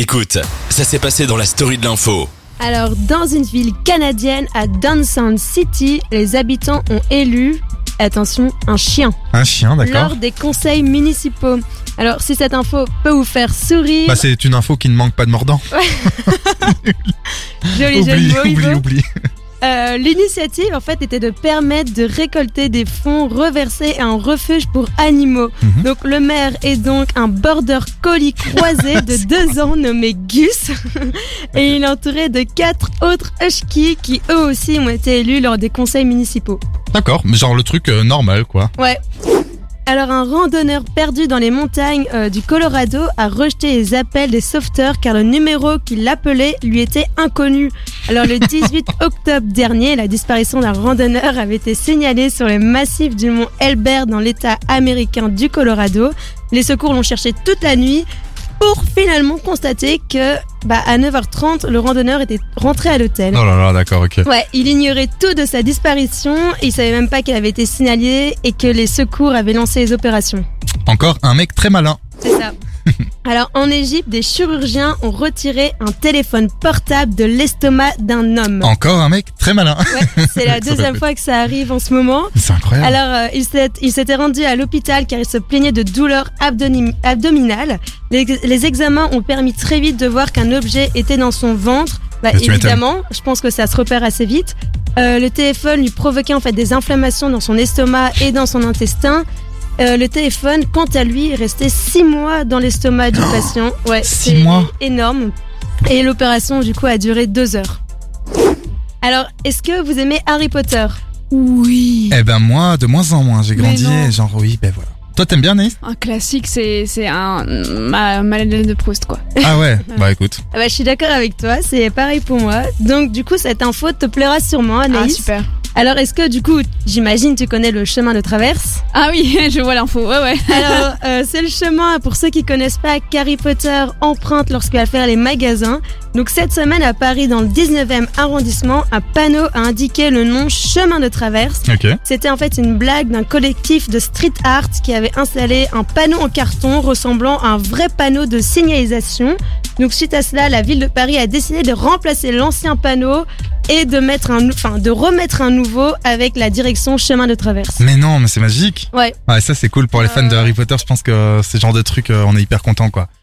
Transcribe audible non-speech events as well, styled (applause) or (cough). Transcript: Écoute, ça s'est passé dans la story de l'info. Alors, dans une ville canadienne, à Downtown City, les habitants ont élu, attention, un chien Un chien, d'accord. lors des conseils municipaux. Alors, si cette info peut vous faire sourire, Bah, c'est une info qui ne manque pas de mordant. Bah, joli jeu de oublie, mots, oublie, Ivo. oublie. Euh, L'initiative, en fait, était de permettre de récolter des fonds reversés à un refuge pour animaux. Mhm. Donc, le maire est donc un border collie croisé (laughs) de deux ans nommé Gus. Et il est entouré de quatre autres huskies qui, eux aussi, ont été élus lors des conseils municipaux. D'accord, mais genre le truc euh, normal, quoi. Alors, un randonneur perdu dans les montagnes euh, du Colorado a rejeté les appels des sauveteurs car le numéro qui l'appelait lui était inconnu. Alors, le 18 octobre dernier, la disparition d'un randonneur avait été signalée sur les massifs du mont Elbert dans l'état américain du Colorado. Les secours l'ont cherché toute la nuit pour finalement constater que, bah, à 9h30, le randonneur était rentré à l'hôtel. Oh là là, d'accord, ok. Ouais, il ignorait tout de sa disparition, il savait même pas qu'elle avait été signalée et que les secours avaient lancé les opérations. Encore un mec très malin. C'est (laughs) ça. Alors en Égypte, des chirurgiens ont retiré un téléphone portable de l'estomac d'un homme. Encore un mec très malin. (laughs) Ouais, c'est la Oh. Ça deuxième fait- fois que ça arrive en ce moment. C'est incroyable. Alors, euh, il s'est- il s'était rendu à l'hôpital car il se plaignait de douleurs abdonim- abdominales. Les, les examens ont permis très vite de voir qu'un objet était dans son ventre. Bah, Mais Ah, tu évidemment, je pense que ça se repère assez vite. Euh, le téléphone lui provoquait en fait des inflammations dans son estomac et dans son intestin. Euh, le téléphone, quant à lui, est resté six mois dans l'estomac du patient. Ouais, Oh, Six c'est mois. énorme. Et l'opération, du coup, a duré deux heures. Alors, est-ce que vous aimez Harry Potter Oui. Eh ben moi, de moins en moins, j'ai Mais grandi non. et genre oui, ben voilà. Toi t'aimes bien (laughs) Naïs Un classique, c'est c'est un ma Madeleine de Proust quoi. Ah ouais, bah écoute. Ah bah, je suis d'accord avec toi, c'est pareil pour moi. Donc du coup, cette info te plaira sûrement, Ah Anaïs. super. Alors est-ce que du coup, j'imagine tu connais le chemin de (laughs) traverse Ah oui, je vois l'info. Ouais ouais. Alors euh, c'est le chemin pour ceux qui connaissent pas qu'Harry Potter emprunte lorsqu'il va faire les magasins. Donc cette semaine à Paris, dans le 19e arrondissement, un panneau a indiqué le nom chemin de traverse. Ok. C'était en fait une blague d'un collectif de street art qui avait installé un panneau en carton ressemblant à un vrai panneau de signalisation. Donc suite à cela, la ville de Paris a décidé de remplacer l'ancien panneau et de mettre un, nou- enfin, de remettre un nouveau avec la direction chemin de traverse. Mais non, mais c'est magique. Ouais. Ouais, ça c'est cool pour les fans de Harry Potter. Je pense que c'est genre de truc, euh, on est hyper content quoi.